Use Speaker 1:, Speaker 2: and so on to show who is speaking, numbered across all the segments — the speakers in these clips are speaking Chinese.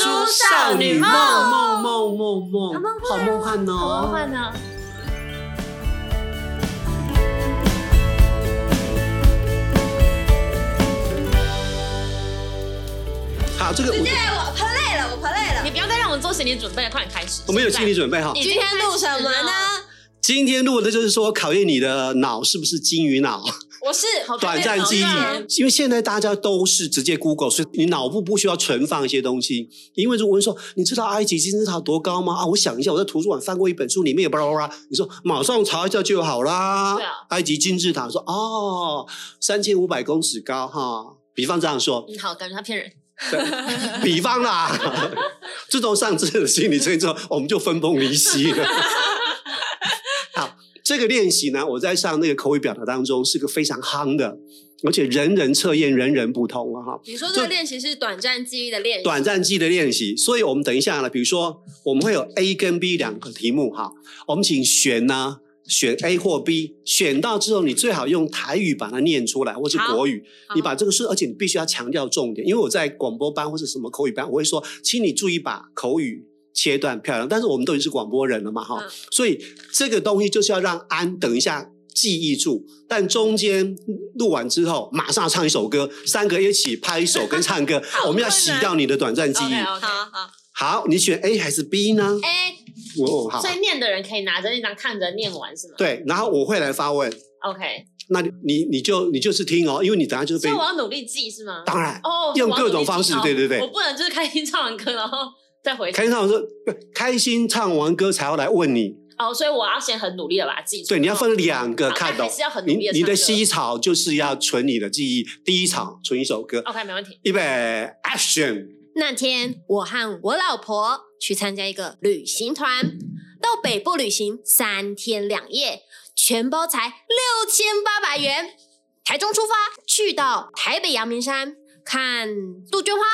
Speaker 1: 少女梦
Speaker 2: 梦梦梦梦
Speaker 1: 梦
Speaker 2: 好梦幻
Speaker 1: 好梦
Speaker 2: 哦！
Speaker 1: 幻呢？
Speaker 2: 好，这个我
Speaker 3: 我喷累了，我喷累了。
Speaker 1: 你不要再让我们做心理准备了，快点开始。
Speaker 2: 我们有心理准备哈。
Speaker 1: 你
Speaker 3: 今天录什么呢？
Speaker 2: 今天录的就是说考验你的脑是不是金鱼脑，
Speaker 3: 我是
Speaker 1: 好
Speaker 2: 短暂记
Speaker 1: 好累哦
Speaker 2: 忆。因为现在大家都是直接 Google，所以你脑部不需要存放一些东西。因为如果问说你知道埃及金字塔多高吗？啊，我想一下，我在图书馆翻过一本书，里面有巴拉巴拉。你说马上查一下就好啦。
Speaker 1: 对啊
Speaker 2: 埃及金字塔说哦，三千五百公尺高哈。比方这样说，
Speaker 1: 嗯，好，感觉他骗人。
Speaker 2: 比方啦，自从上次的心理测验之后，我们就分崩离析 了。好，这个练习呢，我在上那个口语表达当中是个非常夯的，而且人人测验，人人不同了哈。
Speaker 3: 你说这个练习是短暂记忆的练习，
Speaker 2: 短暂记的练习，所以我们等一下呢，比如说我们会有 A 跟 B 两个题目哈，我们请选呢、选 A 或 B，选到之后你最好用台语把它念出来，或是国语
Speaker 3: 好，
Speaker 2: 你把这个是，而且你必须要强调重点，因为我在广播班或是什么口语班，我会说，请你注意把口语。切断漂亮，但是我们都已经是广播人了嘛，哈、
Speaker 3: 嗯
Speaker 2: 所以这个东西就是要让安等一下记忆住，但中间录完之后马上唱一首歌，三个一起拍手跟唱 歌，
Speaker 3: 啊
Speaker 2: 我们要洗掉你的短暂记忆。
Speaker 1: OK，哦
Speaker 3: 好好
Speaker 2: 好，你选 A 还是 B 呢？
Speaker 1: 哎，
Speaker 2: 我、哦、好
Speaker 1: 所，以念的人可以拿着那张看着念完是吗？
Speaker 2: 对，然后我会来发问，
Speaker 1: ，OK。
Speaker 2: 那你你你就你就是听哦，因为你等下就是
Speaker 1: 所
Speaker 2: 被
Speaker 1: 以我要努力记是吗？
Speaker 2: 当然
Speaker 1: 哦，
Speaker 2: 用
Speaker 1: 我要努
Speaker 2: 各
Speaker 1: 力
Speaker 2: 种
Speaker 1: 记
Speaker 2: 方式
Speaker 1: 好
Speaker 2: 对对对
Speaker 1: 我不能就是开心唱完歌然后再回去。
Speaker 2: 开心唱完歌，开心唱完歌才要来问你，
Speaker 1: 哦，所以我要先很努力的把它记住。
Speaker 2: 对，你要分两个
Speaker 1: 哦好
Speaker 2: 看
Speaker 1: 但
Speaker 2: 懂
Speaker 1: 还是要很，努
Speaker 2: 你
Speaker 1: 力地
Speaker 2: 你的
Speaker 1: 唱歌
Speaker 2: 第一场就是要存你的记忆，第一场存一首歌，
Speaker 1: OK，没问题。
Speaker 2: 预备 action。
Speaker 3: 那天我和我老婆去参加一个旅行团，到北部旅行三天两夜，全包才六千八百元。台中出发，去到台北阳明山看杜鹃花，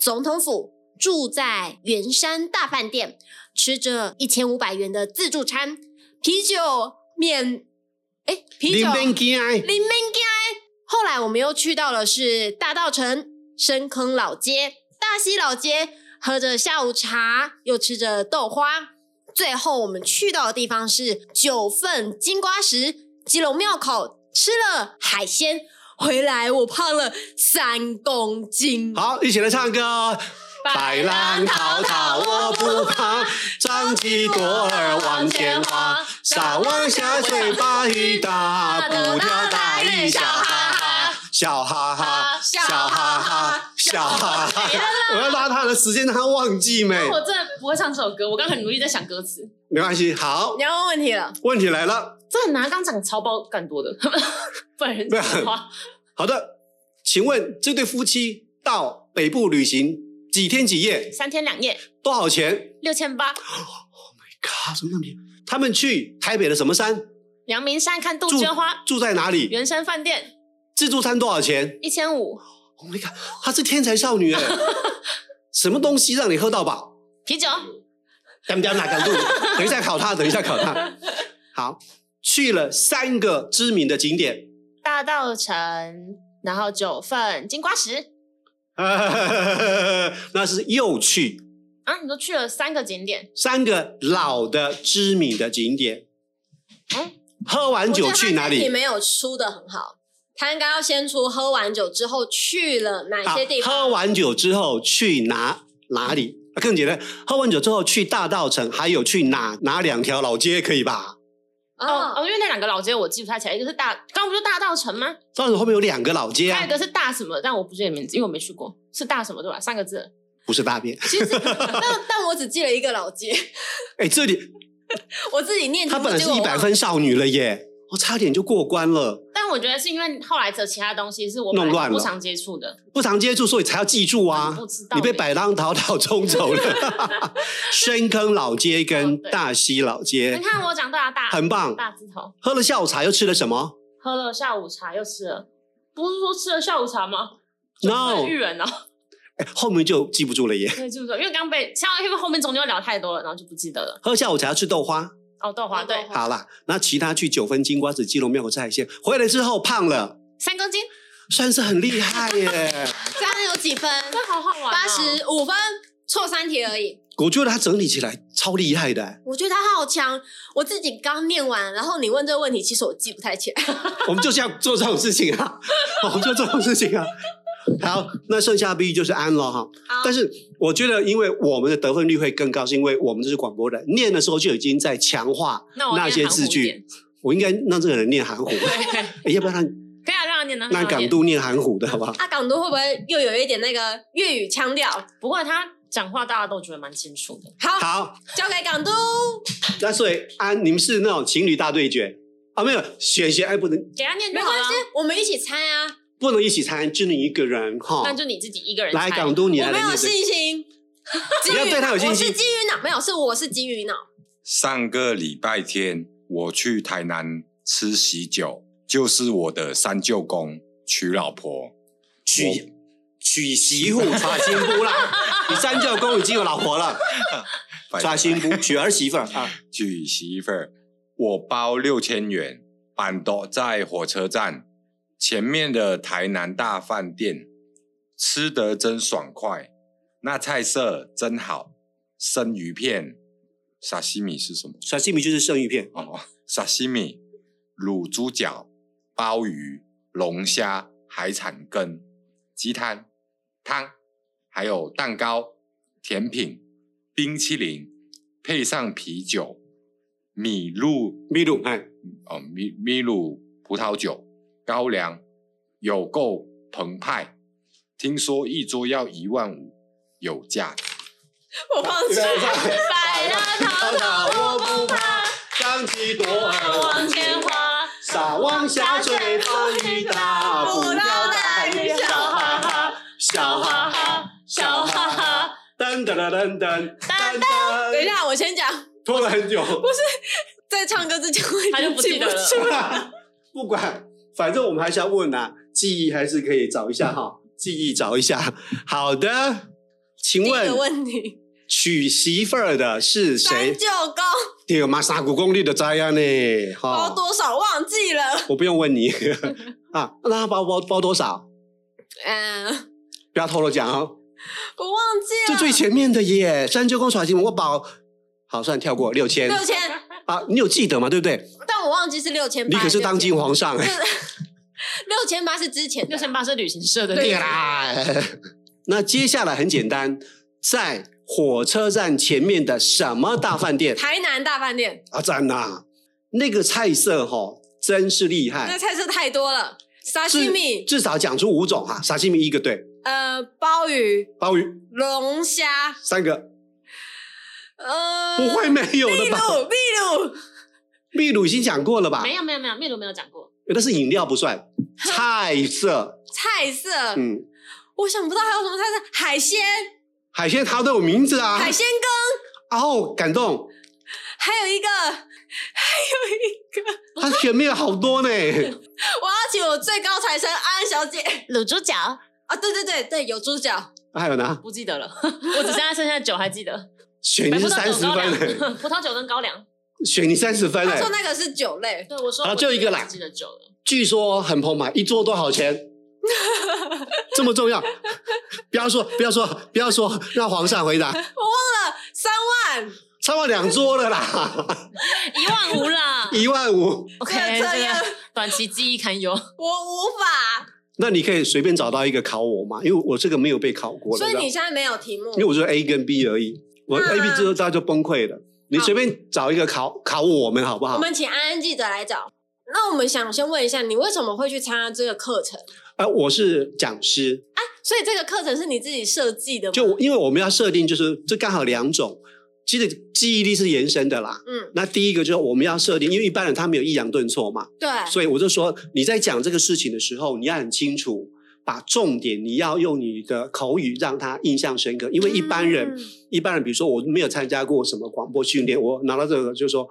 Speaker 3: 总统府住在圆山大饭店，吃着一千五百元的自助餐，啤酒免，哎，啤
Speaker 2: 林
Speaker 3: 酒
Speaker 2: 边惊哎，
Speaker 3: 林明街。后来我们又去到了是大道城、深坑老街、大溪老街，喝着下午茶，又吃着豆花。最后我们去到的地方是九份金瓜石基隆庙口，吃了海鲜。回来我胖了三公斤。
Speaker 2: 好，一起来唱歌哦。白浪滔滔我不怕，张起锅儿往前滑，撒网下水把鱼打，捕条大鱼小哈哈，小哈哈，小哈哈，小哈哈。我要拉他的时间，让他忘记没？
Speaker 1: 哎我真的不会唱这首歌，我刚刚很努力在想歌词。
Speaker 2: 没关系，好
Speaker 3: 你，要问问题了，
Speaker 2: 问题来了，
Speaker 1: 这拿刚讲超包干多的， 本人讲话
Speaker 2: 好的，请问这对夫妻到北部旅行几天几夜，
Speaker 1: 三天两夜
Speaker 2: 多少钱？
Speaker 1: 六千八，
Speaker 2: 卡什么问题？他们去台北的什么山？
Speaker 1: 阳明山看杜
Speaker 2: 住
Speaker 1: 鹃花，
Speaker 2: 住在哪里？
Speaker 1: 原山饭店
Speaker 2: 自助餐多少钱
Speaker 1: 一千五，
Speaker 2: ？Oh my god，她是天才少女哎！什么东西让你喝到饱？
Speaker 1: 啤酒
Speaker 2: 敢不敢哪 敢录？等一下考他，等一下考他。好，去了三个知名的景点，
Speaker 1: 大道城，然后九份金瓜石
Speaker 2: 那是又去
Speaker 1: 啊，你都去了三个景点，
Speaker 2: 三个老的知名的景点。哎
Speaker 1: 嗯
Speaker 2: 喝完酒去哪
Speaker 3: 你
Speaker 2: 里？
Speaker 3: 没有出的很好，他应该要先出喝完酒之后去了哪
Speaker 2: 啊
Speaker 3: 些地方。
Speaker 2: 喝完酒之后去哪哪里？啊更简单，喝完酒之后去大道城，还有去哪哪两条老街可以吧？
Speaker 1: 哦
Speaker 3: 哦，
Speaker 1: 哦，因为那两个老街我记不太起来，一个是大，刚刚不是大道城吗？
Speaker 2: 到时候后面有两个老街
Speaker 1: 还
Speaker 2: 啊
Speaker 1: 有一，个是大什么，但我不记得名字，因为我没去过，是大什么对吧？三个字，
Speaker 2: 不是大便。
Speaker 3: 其实但但我只记了一个老街。
Speaker 2: 哎、这里
Speaker 3: 我自己念题
Speaker 2: 她
Speaker 3: 目，
Speaker 2: 本来
Speaker 3: 结
Speaker 2: 是
Speaker 3: 果
Speaker 2: 一
Speaker 3: 我
Speaker 2: 百
Speaker 3: 忘
Speaker 2: 分少女了耶，我差点就过关了。
Speaker 1: 但我觉得是因为后来的其他东西是我
Speaker 2: 弄
Speaker 1: 本来
Speaker 2: 乱
Speaker 1: 就不
Speaker 2: 了
Speaker 1: 常接触的，
Speaker 2: 不常接触，所以才要记住啊
Speaker 1: 不知。道
Speaker 2: 你被
Speaker 1: 呢
Speaker 2: 百浪淘淘冲走 了，深坑老街跟
Speaker 1: 哦对
Speaker 2: 大溪老
Speaker 1: 你
Speaker 2: 街，
Speaker 1: 看我讲大大
Speaker 2: 很棒。
Speaker 1: 大字头，
Speaker 2: 喝了下午茶又吃了什么
Speaker 1: 喝了下午茶又吃了，不是说吃了下午茶吗
Speaker 2: ？No，
Speaker 1: 玉人哦，
Speaker 2: 哎后面就记不住了耶。
Speaker 1: 对，就是因为刚被像因为后面中间聊太多了，然后就不记得了。
Speaker 2: 喝下午茶要吃豆花，
Speaker 1: 哦，豆花对，
Speaker 2: 好啦，那其他去九分金瓜子、基隆庙口吃海鲜，回来之后胖了，
Speaker 1: 三公斤，
Speaker 2: 算是很厉害耶。
Speaker 3: 这样有几分？
Speaker 1: 这好好玩、哦，
Speaker 3: 八十五分，错三题而已。
Speaker 2: 我觉得他整理起来超厉害的、
Speaker 3: 我觉得他好强，我自己刚念完，然后你问这个问题，其实我记不太 起来。
Speaker 2: 我们就是要做这种事情啊，我们做这种事情啊。好，那剩下 B 就是安了哈。但是我觉得，因为我们的得分率会更高，是因为我们这是广播人，念的时候就已经在强化
Speaker 1: 那我
Speaker 2: 那
Speaker 1: 念
Speaker 2: 些
Speaker 1: 含
Speaker 2: 字
Speaker 1: 糊一
Speaker 2: 句
Speaker 1: 点。
Speaker 2: 我应该让这个人念含糊，
Speaker 1: 对，
Speaker 2: 诶哎 要不然让
Speaker 1: 可以啊，让他念的。
Speaker 2: 让
Speaker 1: 让他
Speaker 2: 港
Speaker 1: 念
Speaker 2: 都念含糊的好不好？
Speaker 3: 阿啊港都会不会又有一点那个粤语腔调？
Speaker 1: 不过他讲话大家都觉得蛮清楚的。
Speaker 3: 好，
Speaker 2: 好，
Speaker 3: 交给港都。
Speaker 1: 啊
Speaker 2: 那所以安，你们是那种情侣大对决啊？没有，选贤爱不能
Speaker 1: 给他念就
Speaker 3: 没
Speaker 1: 好
Speaker 3: 关
Speaker 1: 了
Speaker 3: 系，，我们一起猜啊！
Speaker 2: 不能一起参，只你一个人哈。
Speaker 1: 那就你自己一个人
Speaker 2: 来
Speaker 1: 猜
Speaker 2: 港都，你来
Speaker 3: 我没有
Speaker 2: 念这个
Speaker 3: 信心，
Speaker 2: 你要对他有信心
Speaker 3: 我是基于脑，没有是我是基于脑。
Speaker 4: 上个礼拜天我去台南吃喜酒，就是我的三舅公娶老婆，
Speaker 2: 娶娶媳妇娶新夫啦，你三舅公已经有老婆了，
Speaker 4: 拜
Speaker 2: 娶
Speaker 4: 拜
Speaker 2: 新夫娶儿媳妇儿啊。
Speaker 4: 娶媳妇儿，我包六千元，板豆在火车站前面的台南大饭店，吃得真爽快，那菜色真好，生鱼片，沙西米是什么？
Speaker 2: 小西米就是生鱼片，
Speaker 4: 哦，沙西米、卤猪脚、鲍鱼、龙虾、海产羹、鸡汤、汤，还有蛋糕、甜品、冰淇淋，配上啤酒、米露
Speaker 2: 秘鲁哎，
Speaker 4: 哦米米露葡萄酒、高粱，有够澎湃。听说一桌要一万五，有价。
Speaker 3: 我放 弃，
Speaker 1: 百浪滔滔我不怕，
Speaker 2: 张起朵
Speaker 1: 儿往前滑。
Speaker 2: 撒网下水把鱼打，不要打鱼笑哈哈，笑哈哈，笑哈哈，噔噔噔噔噔噔噔。
Speaker 3: 等一，下，我先讲。
Speaker 2: 拖了很久，
Speaker 3: 在唱歌之前，我已经
Speaker 1: 他就不记得了
Speaker 3: 记不住
Speaker 2: 不管，反正我们还是要问啊，记忆还是可以找一下哈，记忆找一下。好的，请
Speaker 3: 第一个
Speaker 2: 问
Speaker 3: 问题，
Speaker 2: 娶媳妇儿的是
Speaker 3: 三
Speaker 2: 谁？
Speaker 3: 舅公
Speaker 2: 对嘛，三股功力的灾啊呢？
Speaker 3: 包
Speaker 2: 哈，
Speaker 3: 多少忘记了？
Speaker 2: 我不用问 你啊，那他包包包多少？
Speaker 3: 嗯，
Speaker 2: 不要透露讲哦。
Speaker 3: 我忘记了。
Speaker 2: 这最前面的耶，三舅公耍金我保，好算跳过六千
Speaker 3: 六千，
Speaker 2: 啊，你有记得吗？对不对？
Speaker 3: 但我忘记是六千
Speaker 2: 你
Speaker 3: 八。
Speaker 2: 可是当今皇上哎，
Speaker 3: 六千八是之前的
Speaker 1: 六千八是旅行社的
Speaker 2: 对
Speaker 1: 店
Speaker 2: 啦。 那接下来很简单，在火车站前面的什么大饭店？
Speaker 3: 台南大饭店，
Speaker 2: 阿赞呐，那个菜色哈、真是厉
Speaker 3: 那
Speaker 1: 嗯
Speaker 2: 害，
Speaker 3: 菜色太多了，沙西
Speaker 2: 至
Speaker 3: 米、
Speaker 2: 至少讲出五种哈、沙西米一个对，
Speaker 3: 呃鲍鱼、
Speaker 2: 鲍鱼
Speaker 3: 龙虾，
Speaker 2: 三个，
Speaker 3: 呃，
Speaker 2: 不会没有
Speaker 3: 秘
Speaker 2: 的吧？
Speaker 3: 鲁，秘鲁，
Speaker 2: 秘鲁已经讲过了吧？
Speaker 1: 没有没有没有，秘鲁没有讲过。
Speaker 2: 但是饮料不算，菜色，
Speaker 3: 菜色，
Speaker 2: 嗯，
Speaker 3: 我想不到还有什么菜色，海鲜、
Speaker 2: 海鲜它都有名字啊。
Speaker 3: 海鲜羹，
Speaker 2: 哦，感 动，
Speaker 3: 还有一个，
Speaker 2: 它前面好多呢。
Speaker 3: 我要请我最高财神安小姐
Speaker 1: 卤猪脚
Speaker 3: 啊，对对对对，有猪脚，
Speaker 2: 还有呢，
Speaker 1: 不记得了， 我只剩下剩下酒还记得。
Speaker 2: 雪
Speaker 1: 买
Speaker 2: 泥
Speaker 1: 葡
Speaker 2: 是
Speaker 1: 萄
Speaker 2: 三十
Speaker 1: 酒、高
Speaker 2: 分呢，
Speaker 1: 粱， 葡萄酒跟高粱。
Speaker 2: 雪泥三十分
Speaker 3: 他说
Speaker 2: 呢。
Speaker 3: 那个是酒类，
Speaker 1: 对，我说
Speaker 2: 好
Speaker 1: 我
Speaker 2: 就一个啦
Speaker 1: 只记得酒了。
Speaker 2: 据说很澎湃，一桌多 少钱？这么重要？不要说，不要说，不要说，让皇上回答。
Speaker 3: 三万，
Speaker 2: 超过两桌 了啦，
Speaker 1: 一万五 啦
Speaker 2: 一万五。
Speaker 1: ，OK，
Speaker 3: 这
Speaker 1: 这
Speaker 3: 样
Speaker 1: 个短期记忆堪忧。
Speaker 3: 我无法，
Speaker 2: 那你可以随便找到一个考我嘛，因为我这个没有被考过的
Speaker 3: 所以
Speaker 2: 知道
Speaker 3: 你现啊在没有题目
Speaker 2: 因为，我说 A 跟 B 而已，我
Speaker 3: 那
Speaker 2: A、B 之后大家就崩溃了。你随便找一个考考我们好不
Speaker 3: 我
Speaker 2: 好？
Speaker 3: 们请安安记者来找。那我们想先问一下，你为什么会去参加这个课程？
Speaker 2: 呃，我是讲师，
Speaker 3: 所以这个课程是你自己设计的吗？
Speaker 2: 就因为我们要设定，就是这刚好两种，其实记忆力是延伸的啦。
Speaker 3: 嗯，
Speaker 2: 那第一个就是我们要设定，因为一般人他没有抑扬顿挫嘛，
Speaker 3: 对，
Speaker 2: 所以我就说你在讲这个事情的时候，你要很清楚，把重点你要用你的口语让他印象深刻，因为一般人、
Speaker 3: 嗯
Speaker 2: 一般人，比如说我没有参加过什么广播训练，我拿到这个就说，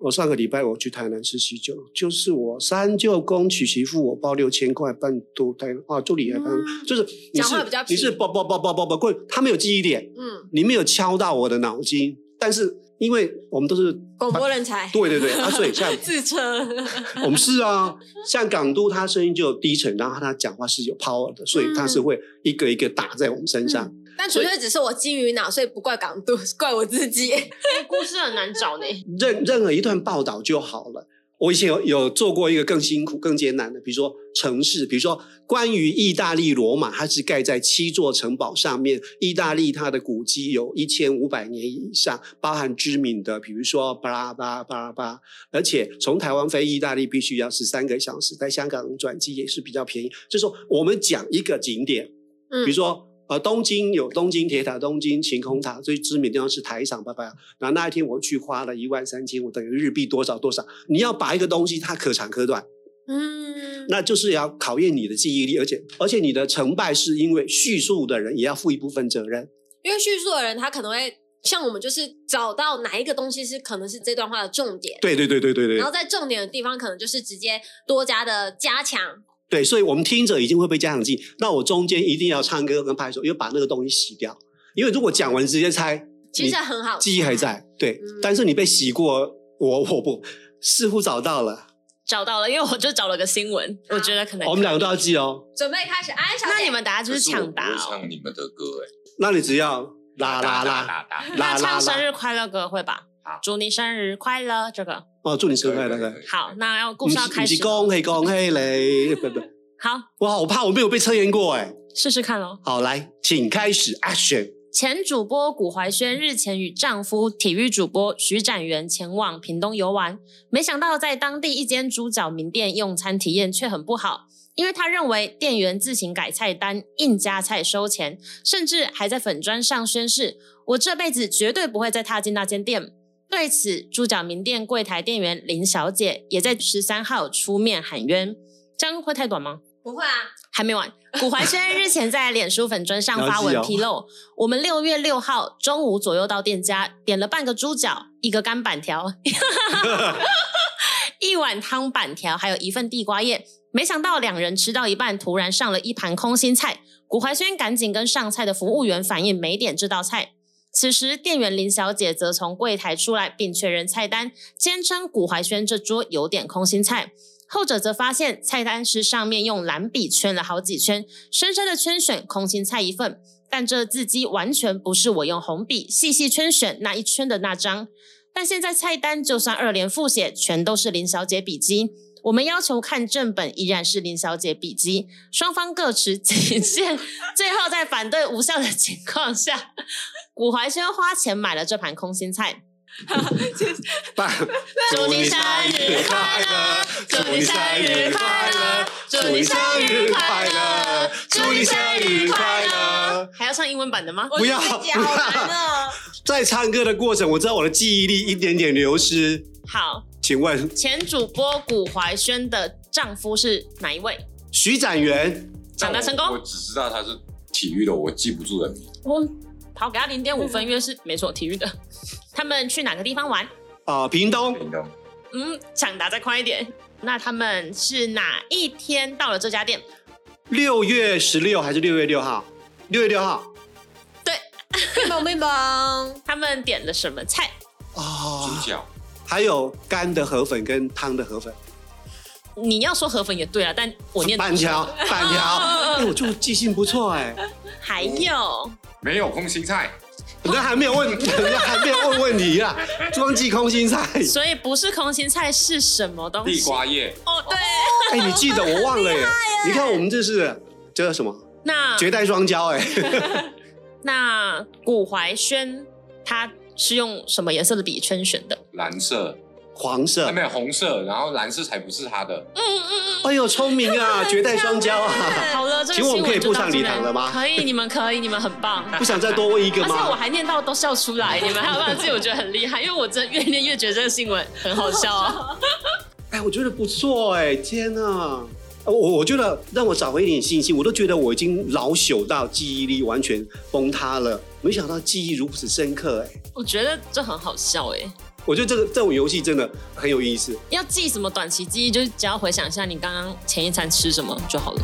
Speaker 2: 我上个礼拜我去台南吃喜酒，就是我三舅公娶媳妇，我包六千块半都台啊，就礼拜半，
Speaker 3: 嗯
Speaker 2: 就是你
Speaker 3: 讲
Speaker 2: 是
Speaker 3: 话比较
Speaker 2: 你是
Speaker 3: 平
Speaker 2: 包包包包包包过，他没有记忆点，
Speaker 3: 嗯，
Speaker 2: 你没有敲到我的脑筋，但是因为我们都是
Speaker 3: 广播人才，
Speaker 2: 对对对，啊，所以像
Speaker 3: 自称，
Speaker 2: 我们是啊，像港都他声音就有低沉，然后他讲话是有 power 的，所以他是会一个一个打在我们身上。
Speaker 3: 但纯粹只是我金鱼脑，所以不怪港都， 怪我自己。
Speaker 5: 故事很难找呢。
Speaker 2: 任任何一段报道就好了。我以前有有做过一个更辛苦、更艰难的，比如说城市，比如说关于意大利罗马，它是盖在七座城堡上面。意大利它的古迹有一千五百年以上，包含知名的，比如说巴拉巴拉巴拉巴拉。而且从台湾飞意大利必须要十三个小时，在香港转机也是比较便宜。就是说我们讲一个景点，
Speaker 3: 嗯
Speaker 2: 比如说呃，东京有东京铁塔、东京晴空塔，最知名的地方是台场，拜拜。然后那一天我去花了一万三千五，等于日币多少多少。你要把一个东西它可长可短，
Speaker 3: 嗯，
Speaker 2: 那就是要考验你的记忆力，而且而且你的成败是因为叙述的人也要负一部分责任。
Speaker 3: 因为叙述的人他可能会像我们，就是找到哪一个东西是可能是这段话的重点，
Speaker 2: 对对对对对
Speaker 3: 然
Speaker 2: 对
Speaker 3: 后在重点的地方可能就是直接多加的加强。
Speaker 2: 对，所以我们听者一定会被加强记。那我中间一定要唱歌跟拍手，因为把那个东西洗掉。因为如果讲完直接猜，
Speaker 3: 其实很好，
Speaker 2: 记忆还。在，对，
Speaker 3: 嗯
Speaker 2: 但是你被洗过，我我不似乎找到了。
Speaker 1: 找到了， 因为我就找了个新闻，
Speaker 4: 啊
Speaker 1: 我觉得可能
Speaker 2: 我们两个都要记哦。
Speaker 3: 准备开始，安小姐，
Speaker 1: 那你们答案就
Speaker 4: 可
Speaker 1: 是
Speaker 4: 是我
Speaker 1: 抢
Speaker 4: 不
Speaker 1: 答
Speaker 4: 会
Speaker 1: 哦。
Speaker 4: 唱你们的歌欸
Speaker 2: 那你只要
Speaker 4: 哎，
Speaker 2: 啦啦啦
Speaker 4: 啦啦
Speaker 2: 啦
Speaker 1: 那
Speaker 2: 啦
Speaker 1: 唱生
Speaker 2: 啦！
Speaker 1: 日快乐歌会吧
Speaker 4: 好？
Speaker 1: 祝你生日快乐，这个
Speaker 2: 哦，祝你生日快乐！对，
Speaker 1: 好。那要故
Speaker 2: 不
Speaker 1: 事
Speaker 2: 是
Speaker 1: 要开
Speaker 2: 不
Speaker 1: 始
Speaker 2: 是
Speaker 1: 了。
Speaker 2: 恭喜恭喜 嘞！不不，
Speaker 1: 好，
Speaker 2: 我好怕我没有被测验过哎。
Speaker 1: 试试看喽。
Speaker 2: 好，来，请开始 action。
Speaker 1: 前主播古怀轩日前与丈夫体育主播徐展元前往屏东游玩，没想到在当地一间猪脚名店用餐体验却很不好，因为他认为店员自行改菜单、硬加菜收钱，甚至还在粉砖上宣誓：“我这辈子绝对不会再踏进那间店。”对此，猪脚名店柜台店员林小姐也在十三号出面喊冤。这样会太短吗？
Speaker 3: 不会 啊，
Speaker 1: 还没完，古怀轩日前在脸书粉砖上发文披露，我们六月六号中午左右到店家，点了半个猪脚，一个干板条，一碗汤板条，还有一份地瓜叶。没想到两人吃到一半，突然上了一盘空心菜。古怀轩赶紧跟上菜的服务员反映没点这道菜。此时，店员林小姐则从柜台出来，并确认菜单，坚称古怀轩这桌有点空心菜。后者则发现菜单是上面用蓝笔圈了好几圈，深深的圈选空心菜一份，但这字迹完全不是我用红笔细细圈选那一圈的那张。但现在菜单就算二连复写，全都是林小姐笔迹。我们要求看正本，依然是林小姐笔迹，双方各持己见。 最后在反对无效的情况下，古怀轩花钱买了这盘空心菜。
Speaker 2: 爸，
Speaker 1: 祝你生日快
Speaker 2: 乐！
Speaker 1: 祝你生日快乐！
Speaker 2: 祝
Speaker 1: 你生日快乐！
Speaker 2: 祝你生日快乐！
Speaker 1: 还要唱英文版的吗？
Speaker 2: 不要，不要！在唱歌的过程，我知道我的记忆力一点点流失。
Speaker 1: 好，
Speaker 2: 请问
Speaker 1: 前主播古怀轩的丈夫是哪一位？
Speaker 2: 徐展元，
Speaker 1: 抢答成功
Speaker 4: 我只知道他是体育的，我记不住人名。
Speaker 1: 我好，给他零点五分，因为是没错，体育的。 他们去哪个地方玩？
Speaker 2: 啊，屏东，
Speaker 4: 屏东
Speaker 1: 嗯，抢答再快一点。那他们是哪一天到了这家店？
Speaker 2: 六月十六还是六月六号？六月六号
Speaker 3: 乒乓乒乓，
Speaker 1: 他们点了什么菜？
Speaker 4: 猪
Speaker 2: 啊，
Speaker 4: 脚，
Speaker 2: 还有干的河粉跟汤的河粉，
Speaker 1: 你要说河粉也对了，啊但我念
Speaker 2: 板条，板 条，哎，我就记性不错哎，
Speaker 1: 还有
Speaker 4: 没有空心菜，
Speaker 2: 人家还没有问，人家还没有问问题啊，装记空心菜，
Speaker 1: 所以不是空心菜是什么东西？
Speaker 4: 地瓜叶，
Speaker 1: 哦，对。
Speaker 2: 哎，你记得我忘了耶，你看我们这是这叫什么？
Speaker 1: 那
Speaker 2: 绝代双骄哎，
Speaker 1: 那古怀轩他是用什么颜色的笔圈选的？
Speaker 4: 蓝色，
Speaker 2: 黄
Speaker 4: 啊
Speaker 2: 色，
Speaker 4: 没有红色，然后蓝色才不是他的。
Speaker 2: 哎呦，聪明 啊，绝代双骄啊，
Speaker 4: 嗯
Speaker 1: 好了，这个
Speaker 2: 请问我们可以
Speaker 1: 新闻就
Speaker 2: 步
Speaker 1: 到
Speaker 2: 上
Speaker 1: 这
Speaker 2: 礼
Speaker 1: 边
Speaker 2: 堂了吗
Speaker 1: 可以，你们可以，你们很棒。
Speaker 2: 不想再多问一个
Speaker 1: 而且我
Speaker 2: 吗？
Speaker 1: 还念到都笑出来，你们还有办法？这我觉得很厉害，因为我真的越念越觉得这个新闻很好笑 啊。
Speaker 2: 哎，我觉得不错哎，天哪！我我觉得让我找回一点信心，我都觉得我已经老朽到记忆力完全崩塌了，没想到记忆如此深刻哎。
Speaker 1: 我觉得这很好笑哎、
Speaker 2: 我觉得这个这种游戏真的很有意思。
Speaker 1: 要记什么短期记忆，就是只要回想一下你刚刚前一餐吃什么就好了。